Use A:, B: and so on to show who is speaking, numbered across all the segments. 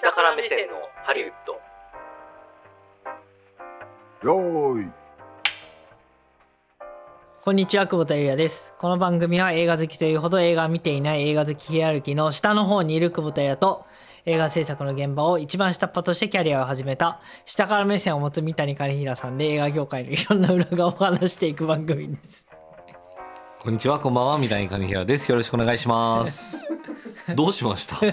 A: 下から目線のハリウッド
B: よーい
C: こんにちは久保田裕也ですこの番組は映画好きというほど映画を見ていない映画好きヒエラルキーの下の方にいる久保田裕也と映画制作の現場を一番下っ端としてキャリアを始めた下から目線を持つ三谷兼平さんで映画業界のいろんな裏側を話していく番組です
D: こんにちは、こんばんは、三谷兼平です。よろしくお願いし ます。どうしました え、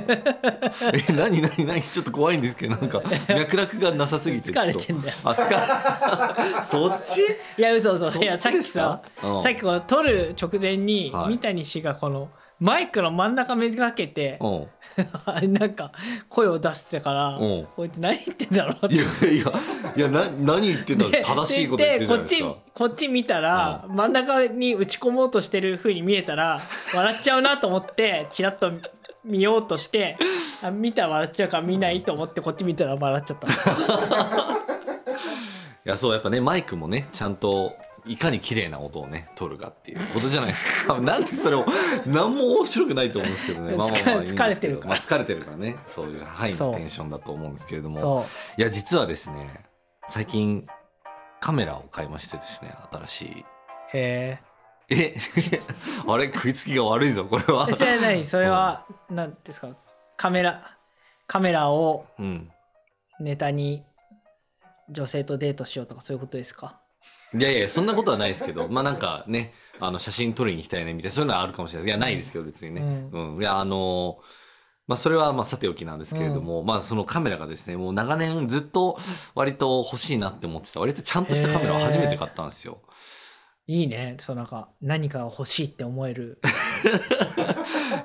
D: なになになにちょっと怖いんですけど、なんか、脈絡がなさすぎ て。
C: 疲れてんだよ
D: ちょっとあ、疲れ、 そっち
C: いや嘘嘘
D: そっち
C: いやさっきさ
D: ですかうん
C: さっきこの撮る直前に
D: はい
C: 三谷氏がこのマイクの真ん中めがけて、
D: うん。
C: なんか声を出してたから、
D: うん
C: こいつ何言ってんだろうって
D: いやいや、いや、な、何言ってんだ
C: で
D: 正しいこと言ってるじゃないです
C: で
D: か。
C: こっちこっち見たら、真ん中に打ち込もうとしてる風に見えたら笑っちゃうなと思ってチラッと見ようとしてあ見たら笑っちゃうから見ないと思ってこっち見たら笑っちゃった
D: いや、そう、やっぱね、マイクもね、ちゃんと、いかに綺麗な音をね、取るかっていうことじゃないで すか。なんでそれを、何も面白くないと思うんですけどね。まあまあまあいいんですけど
C: 疲れてるから
D: まあ疲れてるからね。そういう、ハイ
C: そ
D: の
C: う
D: テンションだと思うんですけれども。
C: そ
D: いや実はですね最近カメラを買いましてですね新しいう
C: へ
D: え あれ食いつきが悪いぞこれは
C: えそれは何それは何ですかカメラカメラを
D: うん
C: ネタに女性とデートしようとかそういうことですか
D: いやいやそんなことはないですけどまあなんかねあの写真撮りに行きたいねみたいなそういうのはあるかもしれないですいやないですけど別にね
C: う
D: うん、いやあのまあそれはまあさておきなんですけれども、まあそのカメラがですねもう長年ずっと割と欲しいなって思ってた割とちゃんとしたカメラを初めて買ったんですよ
C: いいねそうなんか何かを欲しいって思える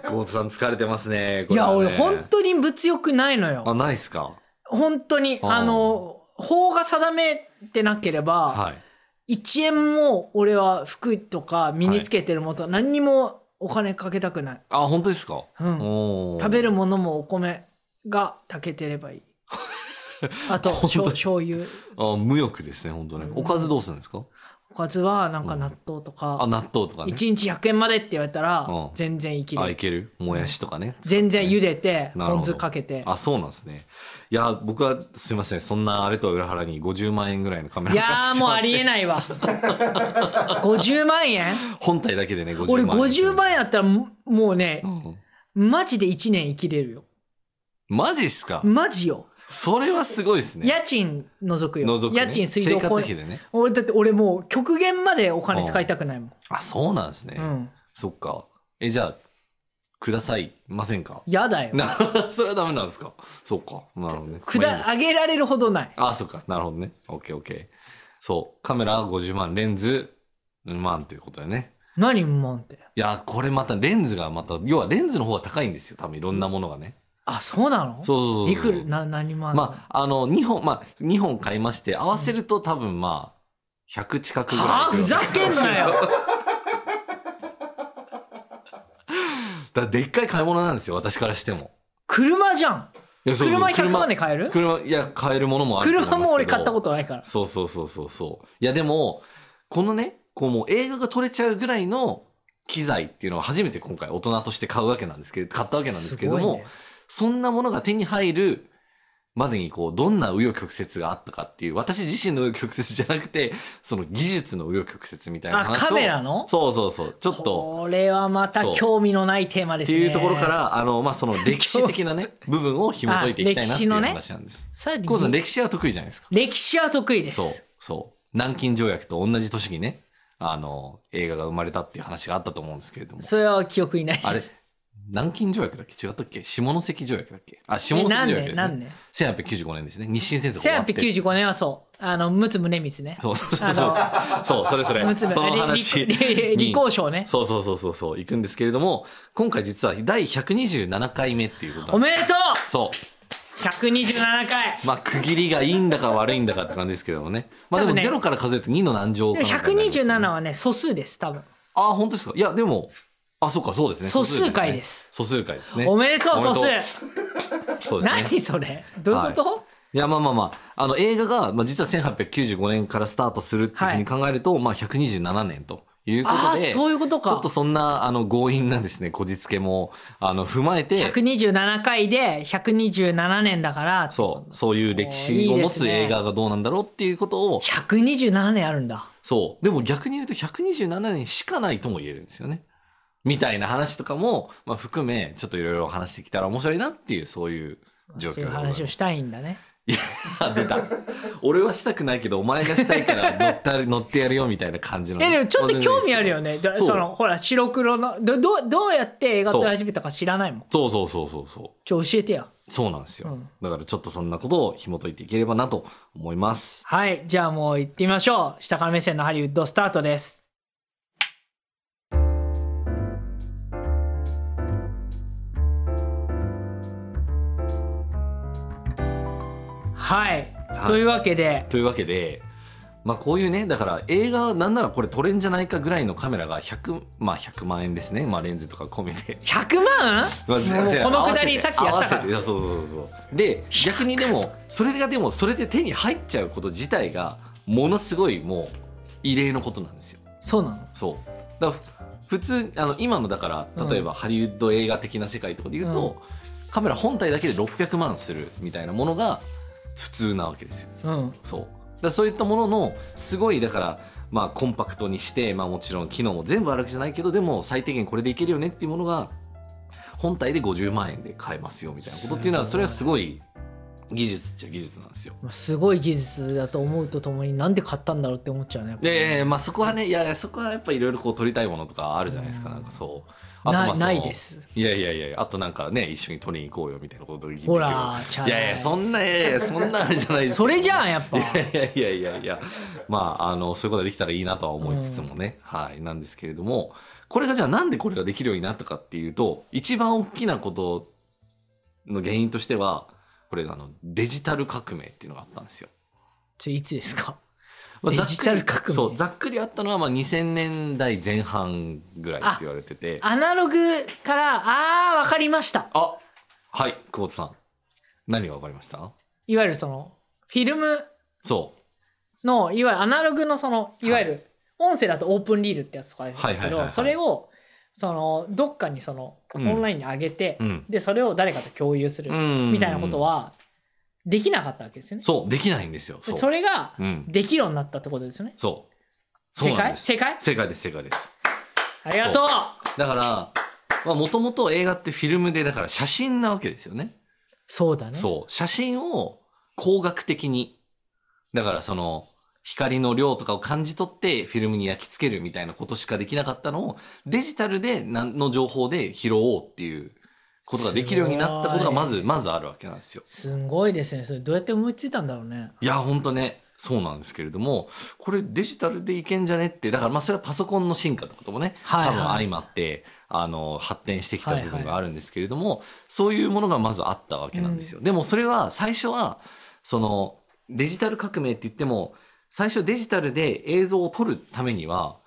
D: 久保田さん疲れてますね
C: い
D: これは
C: や
D: ね
C: 俺本当に物欲ないのよ
D: あないっすか
C: 本当に
D: あー
C: あの法が定めてなければ、
D: はい
C: 一1円も俺は服とか身につけてるものとか何にもお金かけたくない、
D: あ、本当ですか。
C: うん
D: おー
C: 食べるものもお米が炊けてればい いあと
D: 本当
C: 醤醤油
D: あ、無欲ですね、本当ね
C: う。ん
D: おかずどうするんですか。
C: おかずはなんか納豆と
D: あ、
C: か、
D: 納豆とかね。
C: 一1日100円までって言われたら
D: うん
C: 全然生き
D: あ、い
C: る
D: ける。もやしとかね。
C: 全然茹でて
D: なる
C: ポン
D: ほど
C: 酢かけて
D: あ、そうなんですね。いや、僕はすいません。そんなあれとは裏腹に50万円ぐらいのカメラ
C: い
D: を
C: やーもうありえないわ 50万円
D: 本体だけでね、50万
C: 俺
D: 円。
C: 50万円だったらももうね、
D: うん
C: マジで1年生きれるよ。
D: マジっすか。
C: マジよ。
D: それはすごいですね。
C: 家賃除くよ。
D: 除くね
C: 家賃水道
D: 生活費でね。
C: 俺だって俺もう極限までお金使いたくないもん。
D: あ、そうなんです
C: う
D: ね。
C: ん。
D: そっか。え、じゃあ、くださいませんか。
C: やだよ。
D: な、それはダメなんですか。そっか。なるほどね。
C: く
D: まあいいんです
C: だ、あげられるほどない。
D: あそっか。なるほどね。オッケーオッケー。そう。カメラ50万、レンズ1万ということでね。
C: 何もんって。
D: いや、これまたレンズがまた、要はレンズの方が高いんですよ。多分いろんなものがね。
C: あ、そうなの
D: そううそうそうそう。
C: いくら、な、何万
D: まあ、あの、2本、まあ、2本買いまして、合わせると多分まあ、100近くぐらい。
C: はあ、ふざけんなよ。
D: だからでっかい買い物なんですよ、私からしても。
C: 車じゃん。
D: いやそうそう
C: 車100万で買える
D: 車、いや、買えるものもあると思います
C: 車
D: けど
C: も俺買ったことないから。
D: そうそうそうそうそう。いやでも、このね、こうもう映画が撮れちゃうぐらいの機材っていうのを初めて今回大人として買うわけなんですけど、買ったわけなんですけど
C: すご
D: も、
C: いね
D: そんなものが手に入るまでにこう、どんな紆余曲折があったかっていう、私自身の紆余曲折じゃなくて、その技術の紆余曲折みたいな
C: あ、
D: 話を。
C: カメラの
D: そうそうそう。ちょっと。
C: これはまた
D: そう
C: 興味のないテーマで
D: っ
C: す
D: て
C: ね。
D: いうところか。ら、あの、まあ、その歴史的 なね、部分を紐解いていきたいなっていう
C: あ歴史のね
D: 話なんです。
C: さあ、
D: コウさん、歴史は得意じゃないですか。
C: 歴史は得意です。
D: そう、そう。南京条約と同じ年にね、あの、映画が生まれたっていう話があったと思うんですけれども。
C: それは記憶にないです。
D: あれ、南京条約だっけ違ったっけ下関条約だっけあ、下
C: え
D: 関条
C: 何
D: 約
C: 年
D: です
C: 何
D: ね。
C: 年
D: 1895年ですね。日清戦争が終わって。
C: 1895年はそうあの陸奥宗光ね
D: そうそうそうそう。 そう、それそれ。
C: 陸奥
D: その話に。
C: 李光賞ね
D: そうそうそうそうそう、行くんですけれども、今回実は第127回目っていうことなんです
C: おめでと
D: そう
C: 127回
D: う。まあ、区切りがいいんだか悪いんだかって感じですけどもね。まあで
C: 多
D: も
C: 分ね
D: 0から数えると2の何乗かなんかになりますよね
C: 127はね素数です多分
D: あ、本当ですか。いや、でも、あ、そうか、そうですね。
C: 素数
D: ね
C: 回です
D: 素数回ですね。
C: おめでとう素数
D: おめでとうそうですね。
C: 何それどういうこと、
D: いや、まあまあまあ、あの、映画が、まあ実は1895年からスタートするっていうふうに考えると、まあ127年と。いうこ
C: あ
D: と
C: あ
D: で
C: そういうこと
D: ちょっ
C: か
D: とそんなあの強引なですねこじつけもあの踏まえて
C: 127回で127年だから
D: そうそういう歴史
C: おー
D: を
C: いいで
D: 持
C: す
D: つ
C: ね
D: 映画がどうなんだろうっていうことを
C: 127年あるんだ
D: そうでも逆に言うと127年しかないとも言えるんですよね。みたいな話とかも、まあ、含めちょっといろいろ話してきたら面白いなっていうそういう状
C: そ
D: 況
C: う
D: で
C: いう
D: ございます
C: 話をしたいんだね
D: あ出た俺はしたくないけどお前がしたいから乗った る乗ってやるよみたいな感じのね、
C: えでもちょっと興味あるよ
D: ね
C: ねだ
D: そう
C: そのほら白黒のどどうどうやって映画撮り始めたか知らないもん
D: そうそうそうそうそう
C: ちょ教えてよ
D: そうなんですよ、
C: うん
D: だからちょっとそんなことを紐解いていければなと思います
C: はいじゃあもう行ってみましょう下から目線のハリウッドスタートですはい、
D: はい
C: というわけで
D: というわけでまあこういうねだから映画はなんならこれ撮れんじゃないかぐらいのカメラが100まあ100万円ですねまあレンズとか込みで
C: 100万
D: まあ全然
C: この
D: 合
C: く
D: わ
C: だ
D: せ
C: り
D: て
C: さっきやったから
D: 合わせていやそうそうそうそうで逆にでもそれがでもそれで手に入っちゃうこと自体がものすごいもう異例のことなんですよ
C: そうなの
D: そうだからふ普通あの今のだから例えばハリウッド映画的な世界とかで言うと、カメラ本体だけで600万するみたいなものが普通なわけですよ
C: うん
D: そうだからそういったもののすごいだからまあコンパクトにして、まあ、もちろん機能も全部あるわけじゃないけどでも最低限これでいけるよねっていうものが本体で50万円で買えますよみたいなことっていうのは
C: すごい
D: それはすごい技術っちゃ技術なんですよ。
C: まあすごい技術だと思うとともになんで買ったんだろうって思っちゃうねやっぱ
D: いやいやいやまあそこはねいやいやそこはやっぱいろいろこう取りたいものとかあるじゃないですか、なんかそうあとま
C: な
D: あその
C: ないです
D: いやいやいやあとなんかね一緒に取りに行こうよみたいなことできるけど
C: ほらチャラ
D: いやいやそんないやいやそんなあれじゃないです
C: それじゃんやっぱ
D: いやいやいやいやいやまああのそういうことができたらいいなとは思いつつもね、はいなんですけれどもこれがじゃあなんでこれができるようになったかっていうと一番大きなことの原因としてはこれあのデジタル革命っていうのがあったんですよ。
C: ちょいつですか
D: まあ
C: デ
D: ざっくり
C: ジタル革命
D: そうざっくりあったのはまあ2000年代前半ぐらいって言われててあ
C: アナログからあーわかりました
D: はい久保田さん何が分かりました
C: いわゆるそのフィルム
D: そう
C: のいわゆるアナログのそのいわゆる音声だとオープンリールってやつとかです
D: はいはい
C: け
D: はいは
C: ど
D: い
C: それをそのどっかにそのオ
D: うん
C: ンラインに上げて、
D: うん
C: でそれを誰かと共有する
D: み
C: みたいなことはできなかったわけですよね。
D: そうできないんですよ
C: で
D: そう
C: それが
D: うん
C: できるようになったってことですよね。
D: そうそう
C: 正
D: なん
C: 解
D: です
C: 正解
D: 正解です正解です
C: ありがとう
D: だからもともと映画ってフィルムでだから写真なわけですよね
C: そうだね。
D: そう写真を光学的にだからその光の量とかを感じ取ってフィルムに焼き付けるみたいなことしかできなかったのをデジタルで何の情報で拾おうっていうことができるようになったことがまずまずあるわけなんですよ。
C: すごいですね。それどうやって思いついたんだろうね。
D: いや本当ねそうなんですけれどもこれデジタルでいけんじゃねってだからまあそれはパソコンの進化とかともね、
C: はいはい
D: 多分相まってあの発展してきた部分があるんですけれども、そういうものがまずあったわけなんですよ。でもそれは最初はそのデジタル革命って言っても最初デジタルで映像を撮るためには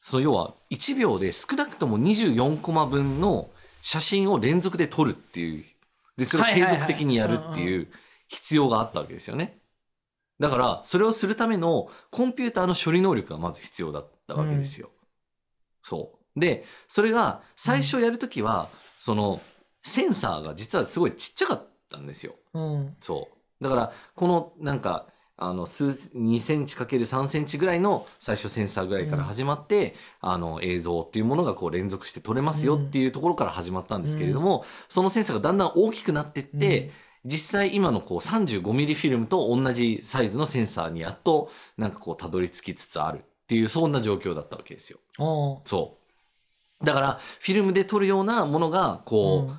D: その要は1秒で少なくとも24コマ分の写真を連続で撮るっていうでそれを継続的にやるって
C: はいはいはい
D: いう必要があったわけですよね。だからそれをするためのコンピューターの処理能力がまず必要だったわけですよ。そうでそれが最初やるときは、そのセンサーが実はすごいちっちゃかったんですよ。
C: うん。
D: そう。だから、このなんか、あの、数、2センチ ×3 センチぐらいの最初センサーぐらいから始まって、あの、映像っていうものがこう連続して撮れますよっていうところから始まったんですけれども、そのセンサーがだんだん大きくなってって、
C: うん
D: 実際今のこう35ミリフィルムと同じサイズのセンサーにやっとなんかこうたどり着きつつあるっていうそんな状況だったわけですよ。
C: おう
D: そう。だからフィルムで撮るようなものがこ
C: う
D: う、
C: ん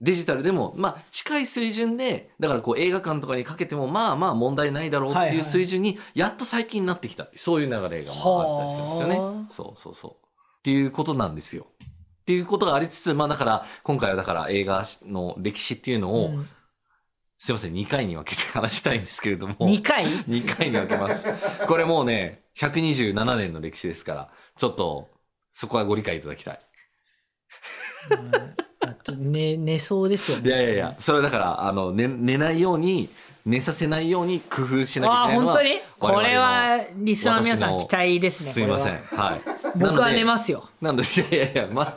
D: デジタルでも、まあ、近い水準でだからこう映画館とかにかけてもまあまあ問題ないだろうっ
C: はい
D: て
C: はいいう
D: 水準にやっと最近になってきたってそういう流れがまああったりするんです
C: は
D: よね。そうそうそうっていうことなんですよ。っていうことがありつつまあだから今回はだから映画の歴史っていうのを、
C: うん
D: すいません2回に分けて話したいんですけれども
C: 二 回
D: 2回に分けます。これもうね127年の歴史ですからちょっとそこはご理解いただきたい。
C: うんあと寝寝そうですよね。
D: いやいやいや、それはだから、あの、寝、寝ないように、寝させないように工夫しなきゃ
C: あ
D: い
C: あ
D: けな
C: 本
D: いのは
C: 当に
D: 我々
C: こ
D: の
C: れはリスナーの皆さん期待ですね
D: すいません
C: こ
D: はい
C: れは僕は寝
D: す
C: ますよ
D: なんでいやいやいや、ま、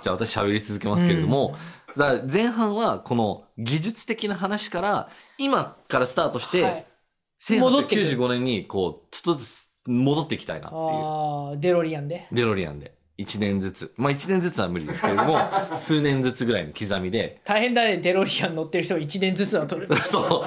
D: じゃあ私喋り続けますけれども、だから前半はこの技術的な話から今からスタートして、
C: はい戻ってくる
D: 1895年にこうちょっとずつ戻っていきたいなっていう
C: ああデロリアンで
D: デロリアンで1年ずつまあ1年ずつは無理ですけ れども数年ずつぐらいの刻みで
C: 大変だねデロリアン乗ってる人を1年ずつは取る
D: そう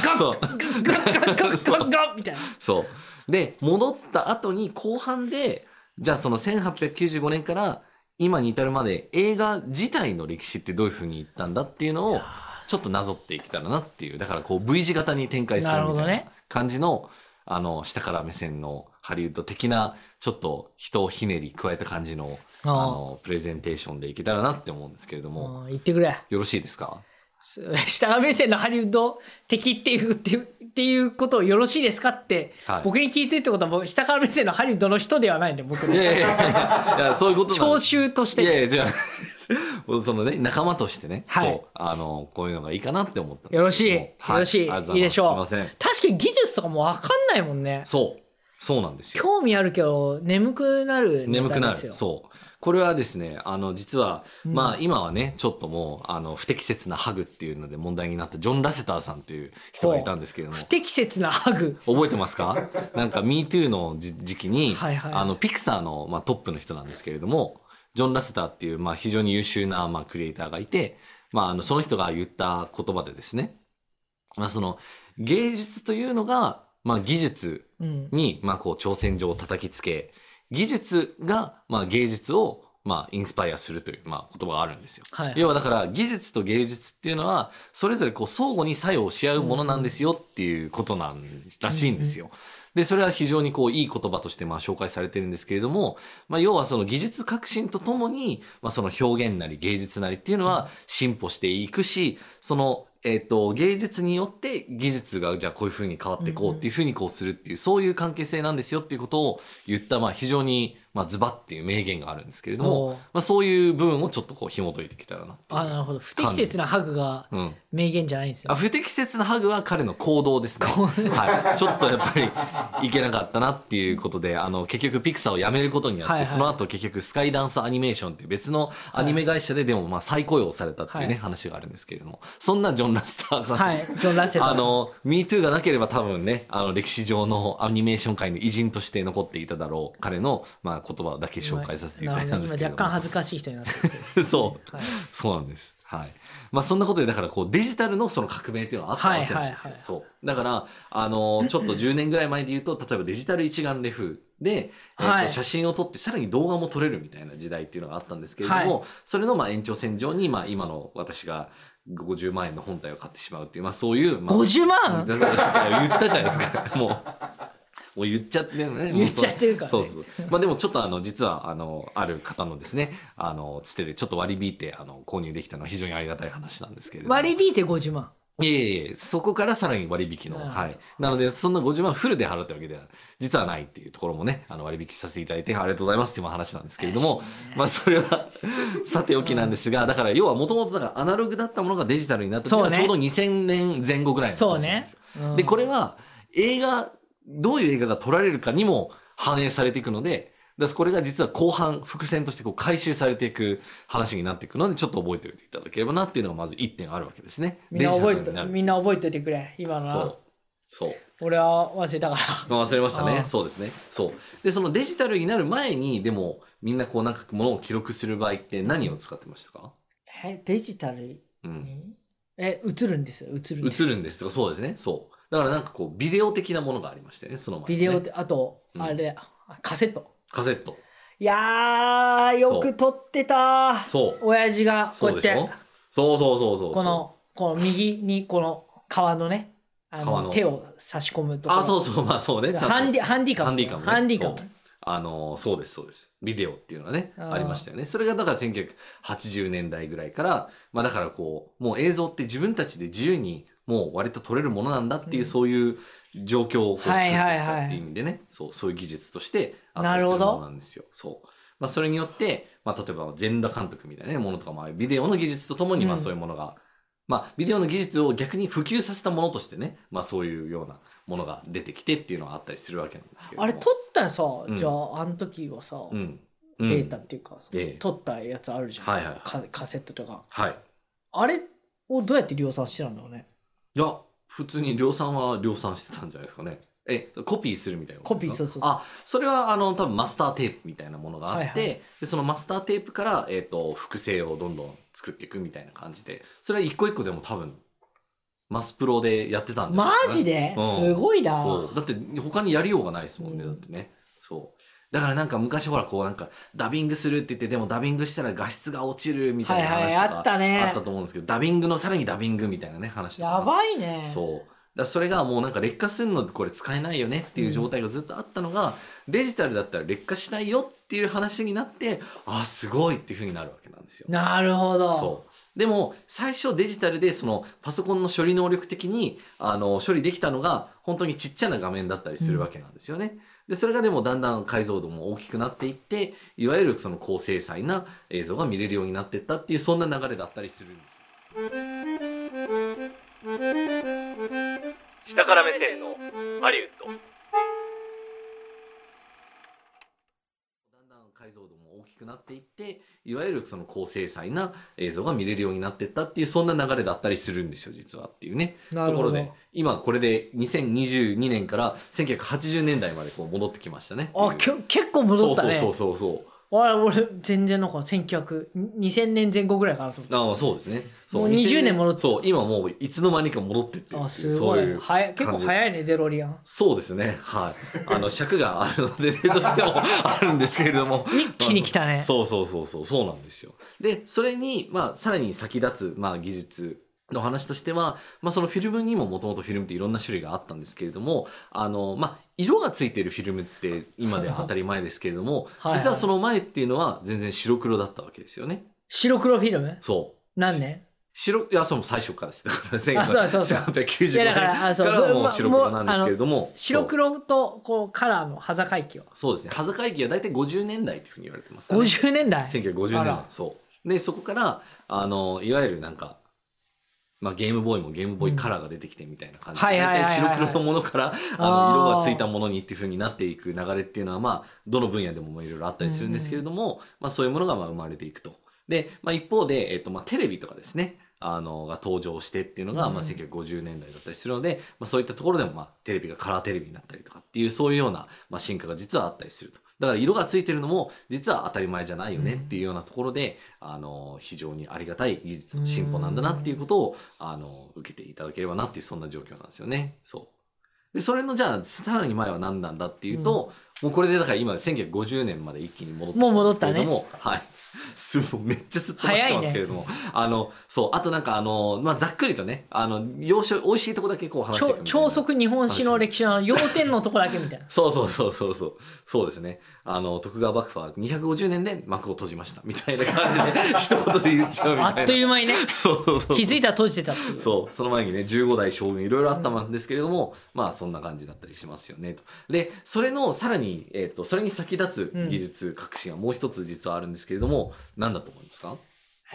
C: ガッ
D: そう
C: ガッガッガッガッガッみたいな
D: そう。で、戻った後に後半で、じゃあその1895年から今に至るまで映画自体の歴史ってどういう風にいったんだっていうのをちょっとなぞっていけたらなっていう。だからこう V 字型に展開するみ
C: な
D: た
C: るほ
D: い
C: ど
D: な
C: ね
D: 感じの、あの、下から目線のハリウッド的な、ちょっと人をひねり加えた感じの、あ
C: あー
D: の、プレゼンテーションでいけたらなって思うんですけれども、
C: もう言ってくれ
D: よろしいですか
C: 下目線のハリウッド敵っていうっていうっていうことをよろしいですかって、
D: はい
C: 僕に聞いてるってことはもう下から目線のハリウッドの人ではないんで僕
D: い
C: の
D: やいやいやいや、そういうことなん
C: 聴
D: です
C: 衆とし
D: いや
C: て
D: いや、じゃあ、 そのね、仲間としてね、
C: はい
D: そう、あの、こういうのがいいかなって思ったんですけども
C: よろしい、
D: は
C: よろしい、
D: ありがとうござ
C: いい
D: ま
C: ですしょう
D: すいません。
C: 確かに技術とかも分かんないもんね
D: そう、そうなんですよ。
C: 興味あるけど眠くなるネ
D: 眠
C: タ
D: くな
C: です
D: る。
C: よ
D: そう。これはですね、あの、実は、まあ、今はね、ちょっともう、あの、不適切なハグっていうので問題になった、ジョン・ラセターさんっていう人がいたんですけれども
C: 不、適切なハグ
D: 覚えてますか なんか MeToo のじ時期に、
C: はいはい
D: あのピクサーの、まあ、トップの人なんですけれどもジョン・ラセターっていう、まあ、非常に優秀な、まあ、クリエイターがいて、まあ、あのその人が言った言葉でですね、まあ、その芸術というのが、まあ、技術
C: うん
D: に、まあ、こう挑戦状を叩きつけ技術が、まあ、芸術を、まあ、インスパイアするという、まあ、言葉があるんですよ。
C: はい
D: 要はだから技術と芸術っていうのはそれぞれこう相互に作用し合うものなんですよっていうことなんらしいんですよ。でそれは非常にこういい言葉としてまあ紹介されてるんですけれども、まあ、要はその技術革新とともに、まあ、その表現なり芸術なりっていうのは進歩していくしその、えっと芸術によって技術がじゃあこういうふうに変わっていこうっていうふうにこうするっていうそういう関係性なんですよっていうことを言ったまあ非常にまあズバっていう名言があるんですけれど
C: お
D: も
C: う、
D: まあ、そういう部分をちょっとこう紐解いてきたらなっていう
C: あなるほど不適切なハグが
D: うん。
C: 名言じゃないんですよ
D: あ不適切なハグは彼の行動ですね。はい。ちょっとやっぱりいけなかったなっていうことで、あの、結局ピクサーを辞めることになって、
C: はいはい
D: その後結局スカイダンスアニメーションっていう別のアニメ会社ででもまあ再雇用されたっていうね、
C: はい
D: 話があるんですけれども、そんなジョン・ラスターさん、
C: はいジョン・ラセターさ
D: あ
C: ん
D: の、MeToo がなければ多分ね、あの、歴史上のアニメーション界の偉人として残っていただろう、彼の、まあ、言葉だけ紹介させていただいたんですけれ
C: なるほど今若
D: ど
C: 干
D: も。
C: 恥ずかしい人になってる
D: そう、
C: はい
D: そうなんです。はい。まあそんなことでだからこうデジタルのその革命っていうのはあったわけなんです
C: はいはい
D: よ。
C: はい
D: そう。だからあのちょっと10年ぐらい前で言うと例えばデジタル一眼レフで、えーと
C: はい
D: 写真を撮ってさらに動画も撮れるみたいな時代っていうのがあったんですけれども、
C: は
D: それのまあ延長線上にまあ今の私が50万円の本体を買ってしまうっていうまあそういう、 まあ、
C: 50万
D: だから言ったじゃないですかもうもう言っちゃってるねもう
C: 言っちゃってるからね
D: そうそうそうまあでもちょっとあの実はあのある方のですねあのつてでちょっと割り引いてあの購入できたのは非常にありがたい話なんですけれども
C: 割り引いて50万
D: いえいえいえそこからさらに割引の
C: なるほど
D: はいなのでそんな50万フルで払ったわけでは実はないっていうところもねあの割引させていただいてありがとうございますっていう話なんですけれども、まあそれ はさておきなんですがだから要はもともとだからアナログだったものがデジタルになったっていうの
C: そう
D: は
C: ね
D: ちょうど2000年前後ぐらいの話
C: そ
D: な
C: うんね
D: ですよ。、
C: うん
D: でこれは映画どういう映画が撮られるかにも反映されていくのでだからこれが実は後半伏線としてこう回収されていく話になっていくのでちょっと覚えておいていただければなっていうのがまず1点あるわけですね。
C: みんな覚え
D: デジ
C: て
D: タルになる
C: みんな覚えておいてくれ今の
D: そ
C: は
D: うそう
C: 俺は忘れたから
D: まあ忘れました
C: あ
D: ね
C: ー
D: そうですねそうでそのデジタルになる前にでもみんなこうなんかものを記録する場合って何を使ってましたか、
C: えデジタルに、
D: うん、
C: え映るんですよ映るんです
D: 映るんですとかそうですねそうだからなんかこうビデオ的なものがありましてねその前
C: ビ
D: にね
C: デオってあと、
D: うん
C: あれカセット
D: カセット
C: いやーよく撮ってた
D: そう
C: 親父がこう
D: そ
C: や
D: う
C: っ
D: でしてょそうそうそうそうそう
C: このこの右にこの革のねあの
D: 革の
C: 手を差し込むとこ
D: あそうそうまあそうねちゃんと
C: ハンディハンディカム
D: ハンディカムね
C: ハンディカム
D: そうあのーそうですそうですビデオっていうのはね
C: あー
D: ありましたよねそれがだから1980年代ぐらいからまあだからこうもう映像って自分たちで自由にもう割と撮れるものなんだってい
C: う
D: う、
C: ん
D: そういう状況をこう作っ
C: は
D: て
C: い
D: き
C: はいはい
D: たっていう意味でね、そうそういう技術として
C: なるほど
D: ものなんですよそうまあそれによってまあ例えば全裸監督みたいなねものとかまあビデオの技術とともにまあ
C: うん
D: そういうものが、まあ、ビデオの技術を逆に普及させたものとしてね、まあ、そういうようなものが出てきてっていうのはあったりするわけなんですけれども
C: あれ撮ったさ、
D: うん
C: じゃああの時はさ、
D: うん、
C: データ
D: タ
C: っていうかさ、
D: ええ
C: 撮ったやつあるじゃないですか、
D: は
C: カカセットとか
D: はい
C: あれをどうやって量産してたんだろうね
D: いや普通に量産は量産してたんじゃないですかねえコピーするみたいなことですか
C: コピーそうそうそう
D: あそれはあの多分マスターテープみたいなものがあって、
C: はいはい
D: でそのマスターテープから、えー、と複製をどんどん作っていくみたいな感じでそれは一個一個でも多分マスプロでやってたんじゃな
C: マ
D: いすか
C: ジで、
D: うん
C: すごいな
D: そうだって他にやりようがないですもんね、
C: うん
D: だってねそうだからなんか昔ほらこうなんかダビングするって言ってでもダビングしたら画質が落ちるみたいな
C: はいはい
D: 話とか
C: あったね
D: あったと思うんですけどダビングのさらにダビングみたいなね話とか
C: やばいね
D: そうだからそれがもうなんか劣化するのこれ使えないよねっていう状態がずっとあったのが、デジタルだったら劣化しないよっていう話になってああすごいっていうふうになるわけなんですよ。
C: なるほど
D: そうでも最初デジタルでそのパソコンの処理能力的にあの処理できたのが本当にちっちゃな画面だったりするわけなんですよね。でそれがでもだんだん解像度も大きくなっていっていわゆるその高精細な映像が見れるようになっていったっていうそんな流れだったりするんですよ。
A: 下から目線のハリウッド
D: だんだん解像度も大きくなっていっていわゆるその高精細な映像が見れるようになってったっていうそんな流れだったりするんですよ実はっていうね
C: なるほど
D: ところで今これで2022年から1980年代までこう戻ってきましたねっていう
C: あきょ結構戻ったね
D: そうそうそうそう
C: あ俺全然なんか19002000年前後ぐらいかなと思っ
D: ああそうですねそう
C: もう20年戻って
D: そう今もういつの間にか戻ってってるってい
C: た
D: う
C: あすご
D: そうい
C: いうはや結構
D: 感じ
C: 早いねデロリアン
D: そうですねはいあの尺があるの でどうしてもあるんですけれども
C: 一気に来たね
D: そうそうそうそうそうなんですよ。でそれに、まあ、さらに先立つ、まあ、技術の話としては、まあ、そのフィルムにももともとフィルムっていろんな種類があったんですけれどもあの、まあ、色がついてるフィルムって今では当たり前ですけれども
C: はいはい
D: 実はその前っていうのは全然白黒だったわけですよね。
C: 白黒フィルム
D: そう
C: 何年
D: 白いやそうもう最初からですだから
C: あそうそうそう
D: 1995
C: いやだ
D: 年
C: か
D: から
C: あそう
D: らはもう白黒なんですけれども
C: 白
D: そう
C: 黒とこうカラーの端境期を
D: そうですね羽坂駅は大体50年代というふうに言われてますからね
C: 50年代
D: 1950
C: あ
D: 年代
C: ら
D: そうでそこからあのいわゆるなんか、まあ、ゲームボーイもゲームボーイカラーが出てきてみたいな感じで、
C: はいはいはいはい
D: 大体白黒のものから
C: あ
D: あ
C: ー
D: の色がついたものにっていう風になっていく流れっていうのは、まあ、どの分野でもいろいろあったりするんですけれども、まあ、そういうものがまあ生まれていくと。で、まあ、一方で、えっとまあ、テレビとかですねあのが登場してっていうのが、
C: うん
D: まあ、1950年代だったりするので、まあ、そういったところでも、まあ、テレビがカラーテレビになったりとかっていうそういうような、まあ、進化が実はあったりすると。だから色がついてるのも実は当たり前じゃないよねっていうようなところで、あの非常にありがたい技術の進歩なんだなっていうことを、あの受けていただければなっていうそんな状況なんですよね。そうでそれのじゃあさらに前は何なんだっていうと、もうこれでだから今1950年まで一気に戻ってき
C: もう戻
D: で
C: っ
D: す
C: た
D: け
C: ね
D: れども、はい。 すもうめっちゃすっ飛ばしてますけれども、 あのそうあとなんかあの、まあ、ざっくりとねあの要所美味しいとこだけこう話していくみ
C: 超
D: たい
C: 超
D: な
C: 速日本史の歴史の要点のとこだけみたい な
D: そうそうそうそうそう。そうですね。あの、徳川幕府は250年で幕を閉じました。みたいな感じ で、一言で言っちゃうみたいな。。
C: あっというう間にね
D: そうそうそう。
C: 気づいたら閉じてたっていう
D: そう、その前にね、15代将軍いろいろあったんですけれども、まあそんな感じだったりしますよね、と。で、それのさらに、えっ、と、それに先立つ技術革新がもう一つ実はあるんですけれども、何だと思いますか
C: え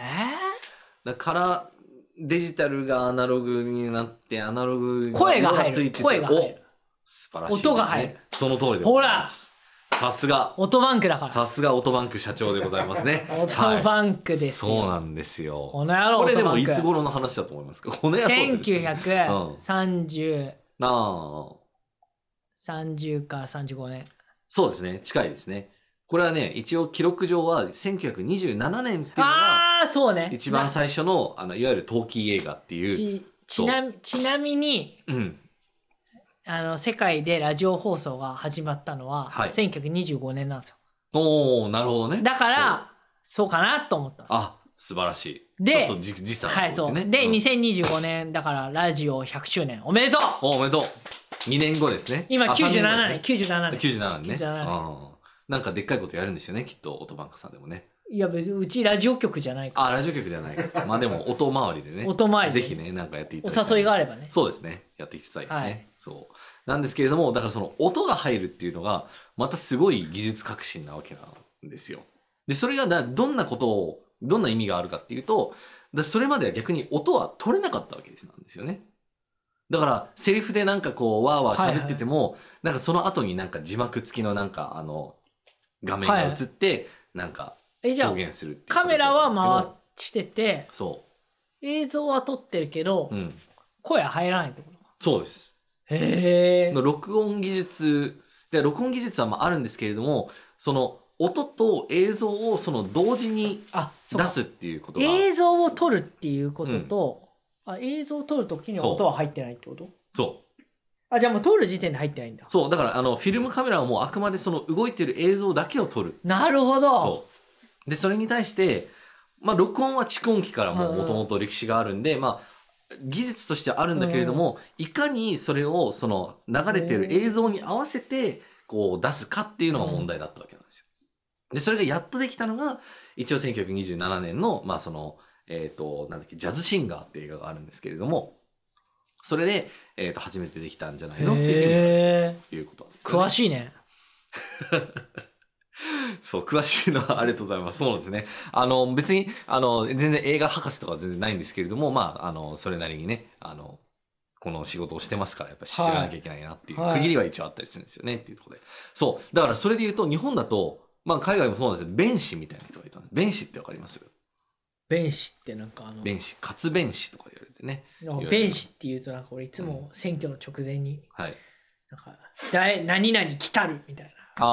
D: だからデジタルがアナログになってアナログ
C: 声が入る
D: 色ついてた
C: 声が入る
D: お素晴らしいです、ね、
C: 音が入る
D: その通りでございますさすが
C: ー、オトバンクだから
D: さすがオトバンク社長でございますね
C: オト
D: ン
C: バンクですよ、
D: そうなんですよ
C: この野郎
D: これで
C: オト
D: も
C: バン
D: い
C: ク
D: つ頃の話だと思いますかこの野郎って別にな
C: 1930
D: あ
C: 30から35年
D: そうですね近いですねこれはね一応記録上は1927年っていうのが
C: ああーそうね
D: 一番最初のあのいわゆる陶器映画っていう、
C: ちちなみちなみに
D: うん、
C: あの世界でラジオ放送が始まったのは、
D: はい
C: 1925年なんですよ
D: おおなるほどね
C: だからそうかなと思ったんですよ
D: あ素晴らしい。
C: で
D: ちょっとじ時差
C: はいそうで、2025年だからラジオ100周年おめでとう
D: おおめでとう。2年後ですね。
C: 今
D: あ
C: 97年97年
D: 三後ですね97年ね。
C: 97
D: うんなんかでっかいことやるんですよね、きっと、オトバンクさんでもね。
C: いや別にうちラジオ局じゃないか
D: あ、ラジオ局ではない。まあでも、音回りで ね。
C: 音回りで
D: ぜひね、なんかやっていただきた
C: お誘いがあればね
D: そうですね。やっていきたいですね。
C: はい
D: そう。なんですけれども、だからその音が入るっていうのが、またすごい技術革新なわけなんですよ。で、それがなどんなことをどんな意味があるかっていうと、だそれまでは逆に音は取れなかったわけですなんですよね。だから、セリフでなんかこう、わーわー喋ってても、なんかその後になんか字幕付きのなんかあの、画面が映って、なんか
C: えじゃあ
D: 表現するっていう
C: カメラは
D: 形なん
C: 回してて
D: ですけどそ
C: 映像は撮ってるけど、
D: う。うん。
C: 声は入らないってことか
D: そうです。
C: へえ
D: の録音技術で録音技術はまああるんですけれどもその音と映像をその同時に
C: あそう
D: 出
C: か
D: すっていうことが
C: 映像を撮るっていうことと、あ映像を撮る時には
D: そう
C: 音は入ってないってこと
D: そう
C: あじゃあもう撮る時点で入ってないんだ
D: そうだからあのフィルムカメラはもうあくまでその動いてる映像だけを撮る
C: なるほど
D: そうでそれに対して、まあ、録音は蓄音機から
C: う
D: も
C: んうん
D: もともと歴史があるんで、まあ、技術としてはあるんだけれども、いかにそれをその流れてる映像に合わせてこう出すかっていうのが問題だったわけなんですよ。でそれがやっとできたのが一応1927年の,、まあそのえー、となんだっけジャズシンガーっていう映画があるんですけれどもそれで、えー、と初めてできたんじゃないのっていう
C: へえ
D: ふうにいうことなんですよね、
C: 詳しいね
D: そう、詳しいのはありがとうございます。そうですね。あの、別に、あの、全然映画博士とかは全然ないんですけれども、まあ、あの、それなりにね、あの、この仕事をしてますから、やっぱり知らなきゃいけないなっていう、
C: はい
D: 区切りは一応あったりするんですよね、っていうところで。そう。だから、それで言うと、日本だと、まあ、海外もそうなんですけど、弁士みたいな人がいたんです。弁士ってわかります
C: 弁士ってなんかあの
D: 弁士、活弁士とか言われてね。
C: なんか弁士っていうとなんか俺いつも選挙の直前に
D: はい。
C: なんか誰何々来たるみたい
D: あ
C: な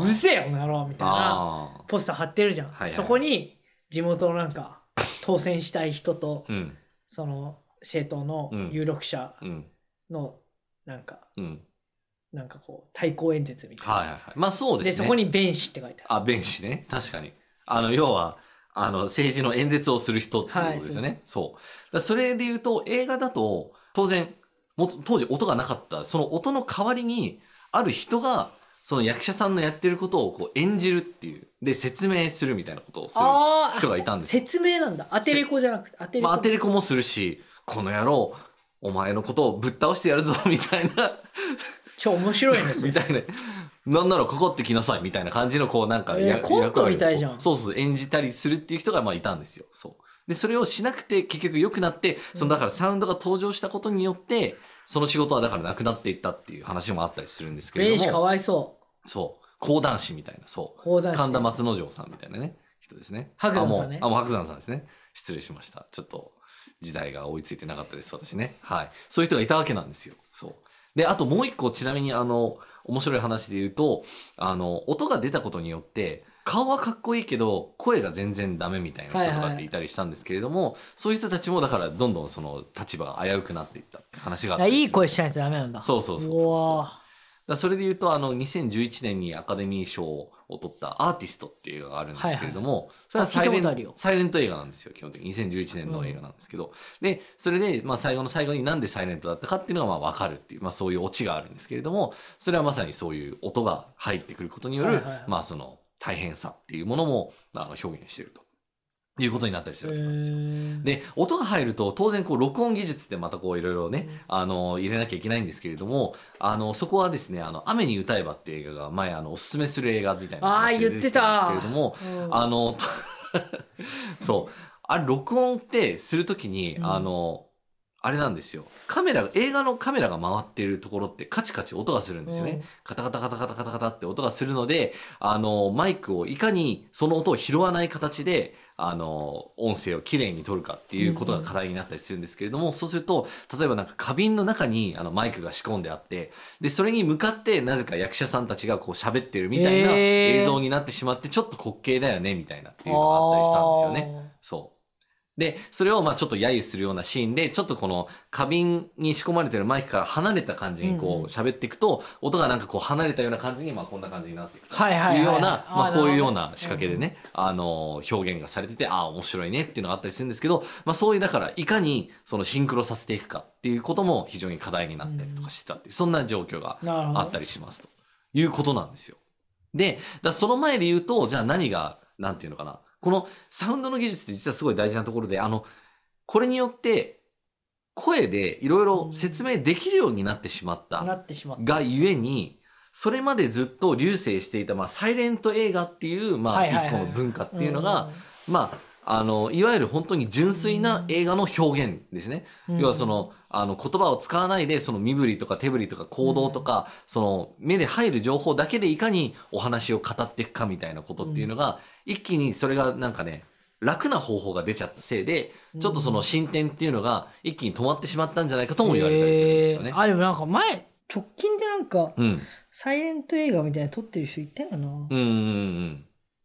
C: う
D: ー
C: るせえよなろうみたいな
D: あ
C: ポスター貼ってるじゃん、
D: はいはい
C: そこに地元のなんか当選したい人と
D: ー。うん、
C: その政党の有力者
D: うん、
C: のなんか、
D: うん。
C: なんかこう対抗演説みたいな、
D: はいはいはい。まあ、そう
C: で
D: です
C: そ
D: ね。
C: こに弁士って書いてある
D: あ、弁士ね。確かに。あの、要は、あの、政治の演説をする人っていうことですよね。
C: は
D: そうだからそれで言うと、映画だと、当然、もっと当時音がなかった、その音の代わりに、ある人が、その役者さんのやってることをこう演じるっていう。で、説明するみたいなことをする
C: あー
D: 人がいたんですよ。
C: 説明なんだアテレコじゃなくてアテレコ、
D: まあ、当てれこもするし、この野郎、お前のことをぶっ倒してやるぞ、みたいな。
C: 超面白い んですよ
D: みたいな。なんならかかってきなさいみたいな感じのこうなんか
C: えー
D: 役
C: コント
D: 役割を
C: みたいじゃん
D: そうそう演じたりするっていう人がまあいたんですよ。そう。で、それをしなくて結局良くなって、そのだからサウンドが登場したことによって、その仕事はだからなくなっていったっていう話もあったりするんですけれ
C: 弁
D: ど
C: 士か
D: も。
C: わいそう
D: そう。講談師みたいな、そう。
C: 講談師
D: 神田松之丞さんみたいなね、人ですね。
C: 白山さんね
D: あ、もう、あもう白山さんですね。失礼しました。ちょっと、時代が追いついてなかったです、私ね。はい。そういう人がいたわけなんですよ。そう。で、あともう一個、ちなみに、あの、面白い話で言うと、あの、音が出たことによって、顔はかっこいいけど、声が全然ダメみたいな人
C: は
D: と
C: い
D: かっ
C: は
D: て
C: い
D: いたりしたんですけれども、そういう人たちも、だから、どんどんその立場が危うくなっていったって話があっ
C: いや
D: たりする
C: いい声しないとダメなんだ
D: そうそうそうそう
C: うわ
D: だからそれで言うと、あの、2011年にアカデミー賞を取ったアーティストっていう映画があるんですけれども、それはサイ
C: あ聞
D: レ
C: いたことあるよ
D: ンサイレント映画なんですよ、基本的に。2011年の映画なんですけど。で、それで、まあ最後の最後になんでサイレントだったかっていうのがまあわかるっていう、まあそういうオチがあるんですけれども、それはまさにそういう音が入ってくることによる、
C: はいはいはい
D: まあその大変さっていうものもあの表現してるということになったりするわけなんですよ。
C: で
D: で、音が入ると、当然、こう、録音技術ってまたこう、いろいろね、あの、入れなきゃいけないんですけれども、あの、そこはですね、あの、雨に歌えばっていう映画が、前、あの、おすすめする映画みたいな
C: あー
D: 話で出てきたんですけれども、
C: うん
D: あの、 そう、あれ、録音ってするときに、
C: うん
D: あの、あれなんですよ。カメラが、映画のカメラが回ってるところってカチカチ音がするんですよね。
C: うん
D: カタカタカタカタカタカタって音がするので、あの、マイクをいかにその音を拾わない形で、あの、音声をきれいに取るかっていうことが課題になったりするんですけれども、そうすると、例えばなんか花瓶の中にあのマイクが仕込んであって、で、それに向かってなぜか役者さんたちがこう喋ってるみたいな
C: へー
D: 映像になってしまって、ちょっと滑稽だよね、みたいなっていうのがあったりしたんですよね。そう。で、それをまあちょっと揶揄するようなシーンで、ちょっとこの花瓶に仕込まれてるマイクから離れた感じに
C: うん
D: こ
C: うん
D: う喋っていくと、音がなんかこう離れたような感じに、まあこんな感じになっていく。
C: はいはいはい
D: いうような、まあこういうよう
C: なる
D: な仕掛けでね、あの、表現がされてて、ああ、面白いねっていうのがあったりするんですけど、まあそういう、だから、いかにそのシンクロさせていくかっていうことも非常に課題になったりとかしてたっていう、そんな状況が
C: ほどなるほど
D: あったりしますということなんですよ。で、だその前で言うと、じゃあ何が、なんていうのかな。このサウンドの技術って実はすごい大事なところで、あの、これによって、声でいろいろ説明できるようになってしまっ
C: ほどな
D: た
C: ってしまった
D: がゆえに、それまでずっと流星していた、まあ、サイレント映画っていう、ま
C: は
D: あ、
C: いはいはい
D: 一個の文化っていうのが、
C: ん
D: まあ、あのいわゆる本当に純粋な映画の表現ですね、
C: うん
D: 要はそのあの言葉を使わないでその身振りとか手振りとか行動とか、その目で入る情報だけでいかにお話を語っていくかみたいなことっていうのが、一気にそれがなんかね楽な方法が出ちゃったせいでちょっとその進展っていうのが一気に止まってしまったんじゃないかとも言われたりするんですよね。
C: えーあ、でもなんか前、直近でなんか、
D: うん
C: サイレント映画みたいなの撮ってる人いたよな。
D: うんうんうん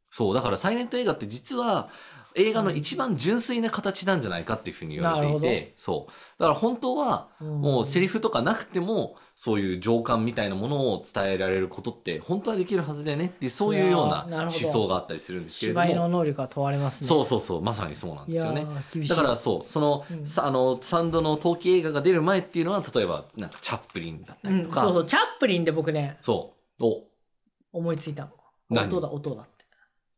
D: そうだからサイレント映画って実は映画の一番純粋な形なんじゃないかっていうふうに言われてい
C: なる
D: てそうだから本当は
C: うん
D: もうセリフとかなくてもそういう情感みたいなものを伝えられることって本当はできるはずだよねっていうそういうよ
C: いや
D: う
C: ーな
D: な
C: る
D: 思
C: ほど
D: 想があったりするんですけれど
C: 芝居の
D: も
C: 能力が問われますね。
D: そうそうそうまさにそうなんですよ
C: い
D: ね
C: やー厳しい
D: だからそうその,、
C: うん
D: さあのサンドの冬季映画が出る前っていうのは例えばなんかチャップリンだった
C: う
D: り
C: ん
D: と、か、
C: そうそう、チャップリンで僕ね、
D: そうお
C: 思いついたの。
D: 何
C: 音だ、音だって。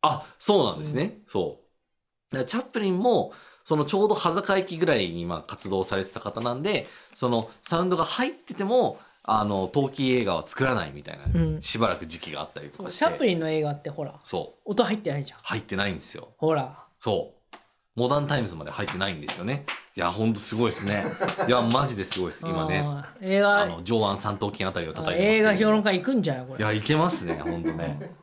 D: あ、そうなんですね。そう。だからチャップリンも、そのちょうど端境期ぐらいにまあ活動されてた方なんで、そのサウンドが入ってても、あの、陶器映画は作らないみたいな、
C: うん
D: しばらく時期があったりと
C: そう
D: かして。
C: チャップリンの映画ってほら、
D: そう。
C: 音入ってないじゃん。
D: 入ってないんですよ。
C: ほら。
D: そう。モダンタイムズまで入ってないんですよね。いや、ほんとすごいですね。いや、マジですごいです。今ね。
C: あー。映画
D: あの、、上腕三頭筋あたりを叩いてますけれ
C: 映
D: ども
C: 画評論家行くんじゃん、こ
D: い
C: れ。
D: や、いけますね、ほんとね。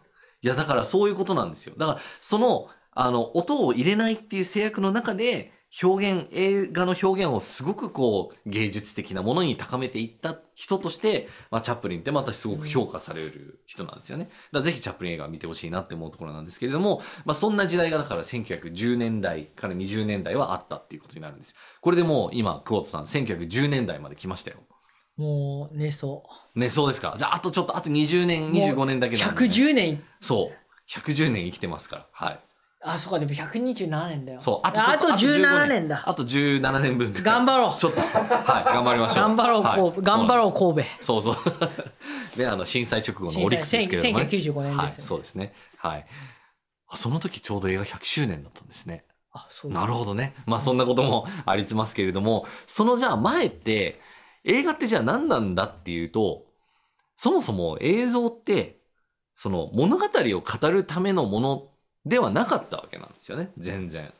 D: いや、だからそういうことなんですよ。だから、その、あの、音を入れないっていう制約の中で、表現、映画の表現をすごくこう、芸術的なものに高めていった人として、まあ、チャップリンってまたすごく評価される人なんですよね。だからぜひチャップリン映画を見てほしいなって思うところなんですけれども、まあ、そんな時代がだから1910年代から20年代はあったっていうことになるんです。これでもう今、クォーツさん、1910年代まで来ましたよ。
C: もう、ね、そ
D: ね、そうですか。じゃあ、あとちょっと、あと20年、
C: もう
D: 25年だ
C: う。
D: けなんでね
C: 110年、
D: そう。110年生きてますから。はい。
C: あ、そっか、でも127年だよ。
D: そう。
C: あと
D: ちょっ
C: 17年だ。
D: あと17年分ぐらい
C: 頑張ろう
D: ちょっと。はい。頑張りましょう。
C: 頑張ろう、
D: はい
C: こう頑張ろう、神戸。
D: そうそう そう。で、あの、震災直後のオリックスですけれども、ね。
C: 震災1995年
D: はい。
C: ですよね
D: そうですね。はい。あその時ちょうど映画100周年だったんですね。
C: あ、そうだ
D: なるほどね。まあそんなこともありつますけれども、そのじゃあ前って、映画ってじゃあ何なんだっていうと、そもそも映像って、その物語を語るためのものではなかったわけなんですよね、全然。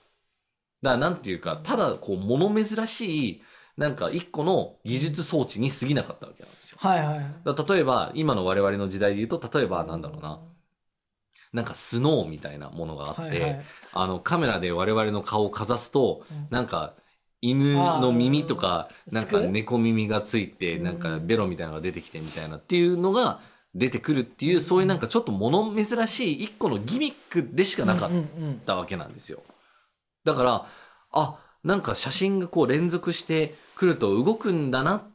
D: だからなんていうか、ただこう物珍しい、なんか一個の技術装置に過ぎなかったわけなんですよ。
C: はいはいはい。
D: だから例えば、今の我々の時代で言うと、例えばなんだろうな、なんかスノーみたいなものがあって、
C: はいはい
D: あのカメラで我々の顔をかざすと、
C: うん
D: なんか犬の耳とか
C: あー
D: なん
C: す
D: か
C: く
D: 猫耳がついて
C: うん
D: なんかベロみたいなのが出てきてみたいなっていうのが出てくるっていうそういうなんかちょっと物珍しい一個のギミックでしかなかっ
C: うんうん
D: たわけなんですよ。だからあなんか写真がこう連続してくると動くんだな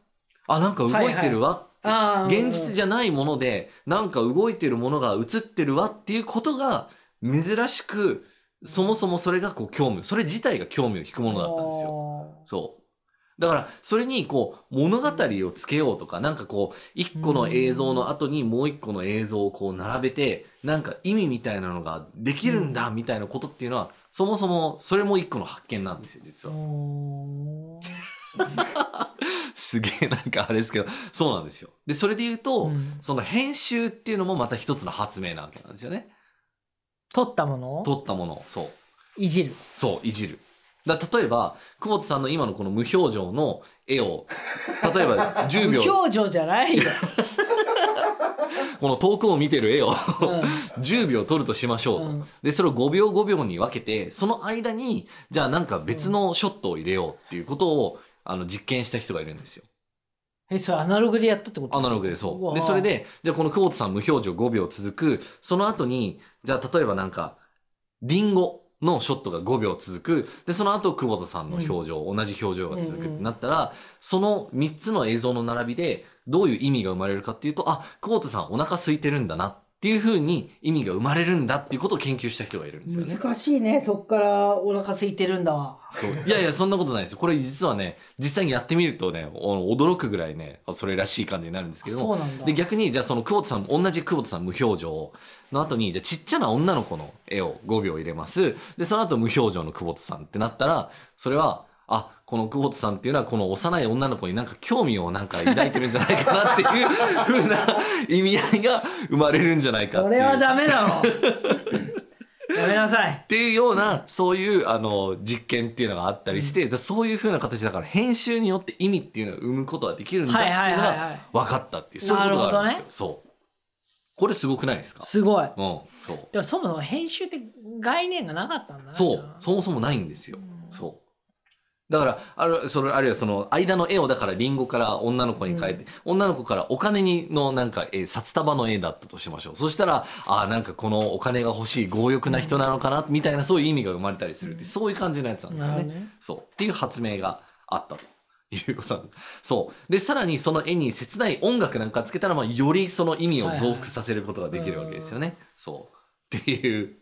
D: あなんか動いてるわって
C: あー
D: 現実じゃないもので、なんか動いてるものが映ってるわっていうことが、珍しく、そもそもそれがこう興味、それ自体が興味を引くものだったんですよ。
C: よ。
D: そう。だから、それにこう、物語をつけようとか、なんかこう、一個の映像の後にもう一個の映像をこう並べて、なんか意味みたいなのができるんだ、みたいなことっていうのは、そもそもそれも一個の発見なんですよ、実は。
C: おー
D: すげえなんかあれですけど、そうなんですよ。で、それで言うと、
C: うん
D: その編集っていうのもまた一つの発明なわけなんですよね。
C: 撮ったものを
D: 撮ったものを、そう、
C: いじる。
D: そう、いじる。だ例えば、久保田さんの今のこの無表情の絵を、例 えば10
C: 無
D: 秒、
C: 表情じゃないよ。
D: この遠くを見てる絵を
C: う ん
D: 10秒撮るとしましょうと、
C: うん
D: で、それを5秒5秒に分けて、その間に、じゃあなんか別のショットを入れようっていうことを、あの、実験した人がいるんですよ。
C: え、それアナログでやったってこと
D: アナログでそう
C: わ
D: う。で、それで、じゃあこの久保田さん無表情5秒続く、その後に、じゃあ例えばなんか、リンゴのショットが5秒続く、で、その後久保田さんの表情、同じ表情が続くってなったら、その3つの映像の並びで、どういう意味が生まれるかっていうと、あ、久保田さんお腹空いてるんだなっていう風に意味が生まれるんだっていうことを研究した人がいるんですよね。
C: 難しいね、そっからお腹空いてるんだわ。
D: そういやいや、そんなことないですよ。これ実はね、実際にやってみるとね、お驚くぐらいね、それらしい感じになるんですけども
C: あそうなんだ
D: で、逆に、じゃあその久保田さん、同じ久保田さん無表情の後に、じゃあちっちゃな女の子の絵を5秒入れます。で、その後無表情の久保田さんってなったら、それは、あ、この久保田さんっていうのはこの幼い女の子になんか興味をなんか抱いてるんじゃないかなっていう風な意味合いが生まれるんじゃないかっ
C: そ
D: ていう。
C: れはダメだろ。ダメなさい
D: っていうようなそういうあの実験っていうのがあったりして、だそういうふうな形だから編集によって意味っていうのを生むことができるんだっていうの
C: はいはいはいはい
D: が分かったっていうそういうことがあるんですよ。そうこれすごくないですか、
C: すごい
D: うん、そう
C: でもそもそも編集って概念がなかったんだな
D: そ
C: じゃ
D: う
C: あ
D: そもそもないんですよ。そうだからあるそれあるいはその間の絵をだからリンゴから女の子に変えて、女の子からお金にのなんか、えー札束の絵だったとしましょうそしたらあーなんかこのお金が欲しい強欲な人なのかな、みたいなそういう意味が生まれたりするって、そういう感じのやつなんですよ
C: な
D: ね
C: るほどね
D: そうっていう発明があったと。いうことなんですそうでさらにその絵に切ない音楽なんかつけたら、まあ、よりその意味を増幅させることができるわけですよね。そうっていう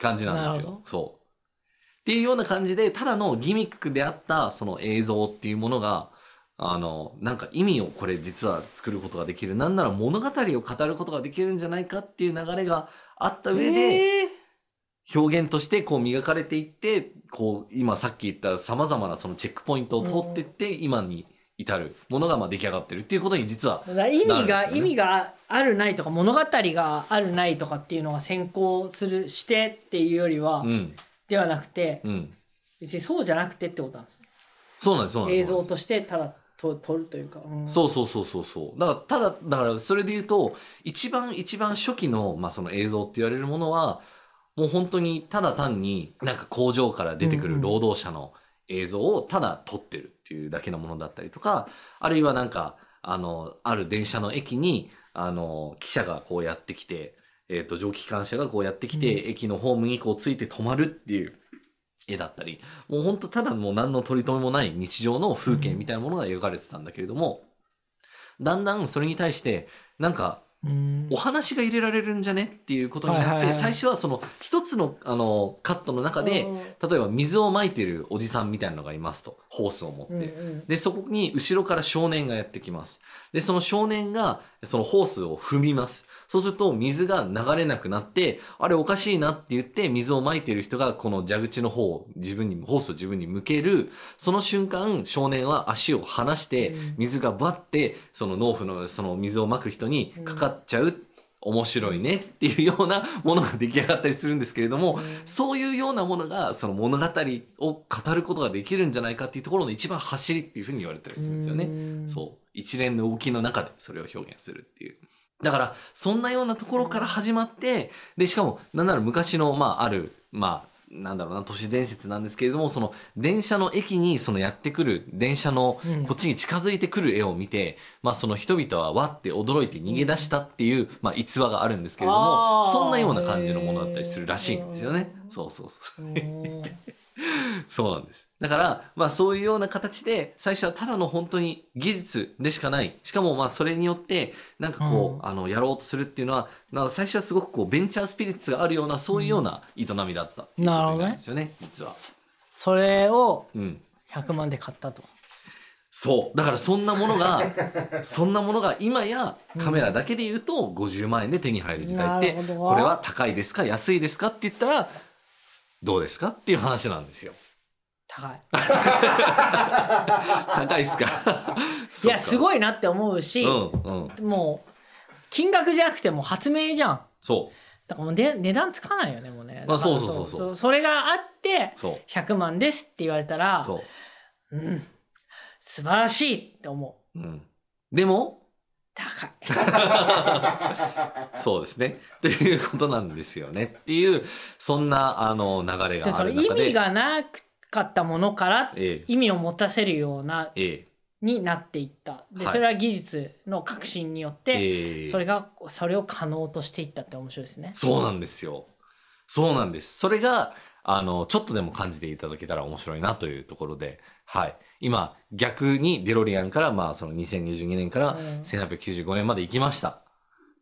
D: 感じなんで
C: な
D: す
C: るほ
D: よ。そうっていうような感じで、ただのギミックであったその映像っていうものが、あの、なんか意味をこれ実は作ることができる。なんなら物語を語ることができるんじゃないかっていう流れがあった上で、
C: えー
D: 表現としてこう磨かれていって、こう今さっき言った様々なそのチェックポイントを通ってって、今に至るものがまあ出来上がってるっていうことに実は
C: だから意味
D: なるんで
C: が、
D: すよね
C: 意味があるないとか物語があるないとかっていうのが先行するしてっていうよりは、
D: うん、
C: ではなくて
D: うん。
C: 別にそうじゃなくてってことなんですよ
D: そうなんです、そうなんで
C: 映
D: す。
C: 像としてただと撮るというか、うん
D: そうそうそうそうそう。だから、ただ、だから、それで言うと、一番一番初期の、まあ、その映像って言われるものは、もう本当に、ただ単に、なんか工場から出てく
C: うんう
D: る
C: ん
D: 労働者の映像をただ撮ってるっていうだけのものだったりとか、あるいはなんか、あの、ある電車の駅に、あの、記者がこうやってきて、えっ、と、蒸気機関車がこうやってきて、駅のホームにこうついて止まるっていう絵だったり、もう本当ただもう何の取り留めもない日常の風景みたいなものが描かれてたんだけれども、だんだんそれに対してなんか
C: うん
D: お話が入れられるんじゃねっていうことになって、
C: はいはいはい
D: 最初はその一つのあのカットの中で、
C: うん
D: 例えば水をまいてるおじさんみたいなのがいますとホースを持って、
C: うんうん
D: でそこに後ろから少年がやってきますでその少年がそのホースを踏みますそうすると水が流れなくなってあれおかしいなって言って水をまいてる人がこの蛇口の方を自分にホースを自分に向けるその瞬間少年は足を離して
C: うん
D: 水がバッてその農夫のその水をまく人にかかっちゃう、面白いねっていうようなものが出来上がったりするんですけれども、そういうようなものがその物語を語ることができるんじゃないかっていうところの一番走りっていうふうに言われたりするんですよね。
C: うん
D: そう一連の動きの中でそれを表現するっていう。だからそんなようなところから始まってでしかもなんなら昔の、まあ、あるまあなんだろうな都市伝説なんですけれどもその電車の駅にそのやってくる電車の
C: うん
D: こっちに近づいてくる絵を見て、まあ、その人々はわって驚いて逃げ出したっていう、まあ、逸話があるんですけれど
C: あー
D: もそんなような感じのものだったりするらしいんですよね
C: へ。ー
D: そうそうそう
C: うん
D: そうなんです。だから、まあそういうような形で、最初はただの本当に技術でしかない。しかもまあそれによって、なんかこ
C: う
D: う、あの、やろうとするっていうのは、なんか最初はすごくこう、ベンチャースピリッツがあるような、そういうような営みだったっていうことになるんですよね、実は。
C: それを
D: うん。
C: 100万で買ったと
D: そう。だからそんなものが、 そんなものが今やカメラだけで言うと50万円で手に入る時代って、
C: なるほど
D: これは高いですか安いですかって言ったら、どうですかっていう話なんですよ。
C: 高い
D: 高いですか
C: いやす
D: い。
C: ごいなって思うし
D: う、ん、うん。
C: もう金額じゃなくてもう発明じゃん
D: そ
C: だからもうで値段つかないよねもうね。
D: まあ
C: だから
D: そうそうそうそう
C: それがあって
D: う。そう。
C: 100万ですって言われたら
D: そ
C: うん素晴らしいって思う。
D: う。うん。でも、
C: 高い。
D: そうですね。 ということなんですよね。っていう、そんな、あの、流れ
C: で
D: があ
C: それ
D: る
C: 意
D: 中で。
C: 味がなかったものから
D: ええ
C: 意味を持たせるような
D: え
C: になっていった。で
D: はい
C: それは技術の革新によって
D: えええ
C: それがそれを可能としていったって面白いですね。
D: そうなんですよ。そうなんです。それが、あの、ちょっとでも感じていただけたら面白いなというところで、はい。今、逆にデロリアンから、まあ、その2022年から
C: うん
D: 1895年まで行きました。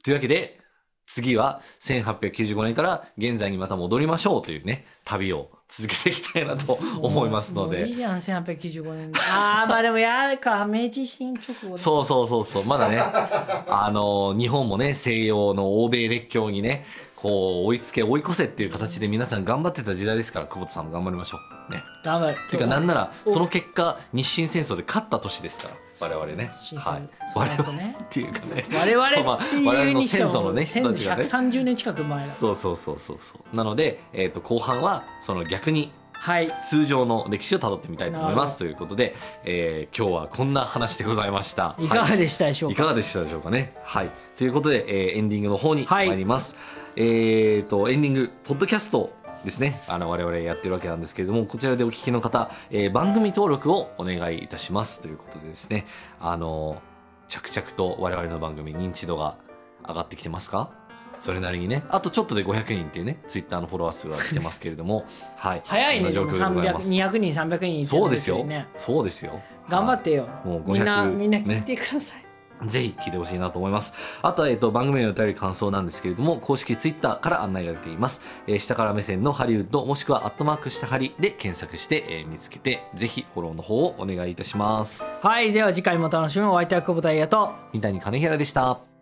D: というわけで、次は1895年から現在にまた戻りましょうというね、旅を続けていきたいなと思いますの
C: もう
D: で
C: いい。じゃん1895年で。ああまあでもやるか明治維新直後で
D: そ うそうそうそう。まだね、あの、日本もね、西洋の欧米列強にね、こう追いつけ追い越せっていう形で皆さん頑張ってた時代ですから久保田さんも頑張りましょうね
C: 頑張る
D: てかなんなら
C: お
D: その結果日清戦争で勝った年ですから我々ね
C: 新鮮
D: はい
C: そう
D: 我
C: だ
D: 々
C: とね
D: っていうかね
C: 我々
D: そうまあ
C: って
D: 我
C: いう
D: 々の
C: にして
D: 先祖
C: も
D: のね人たちがね
C: 1130年近く前だ
D: そうそうそうそうそうなので、えー、と後半はその逆に
C: はい
D: 通常の歴史をたどってみたいと思います
C: な
D: ということで、えー今日はこんな話でございました
C: いか
D: は
C: がでしたでしょう
D: い
C: か、
D: かがでしたでしょうかね。はい、ということで、えーエンディングの方に
C: はい
D: 参ります。えー、とエンディングポッドキャストですねあの我々やってるわけなんですけれどもこちらでお聞きの方、えー番組登録をお願いいたしますということでですねあの着々と我々の番組認知度が上がってきてますかそれなりにねあとちょっとで500人っていうねツイッターのフォロワー数が来てますけれどもはい
C: 早いねで
D: そん
C: も
D: な状況でござい
C: 300
D: ます
C: 200人300人いって
D: そうですよ、
C: ね
D: そうですよ
C: 頑張ってよ
D: もう500
C: みんなみんな聞いてください、
D: ぜひ聞いてほしいなと思います。あとは、えっと、番組へのお便り感想なんですけれども、公式ツイッターから案内が出ています。えー下から目線のハリウッド、もしくはアットマークしたハリで検索して、えー見つけて、ぜひフォローの方をお願いいたします。
C: はいでは次回もお楽しみにお相手は久保田彩と
D: 三谷金平でした。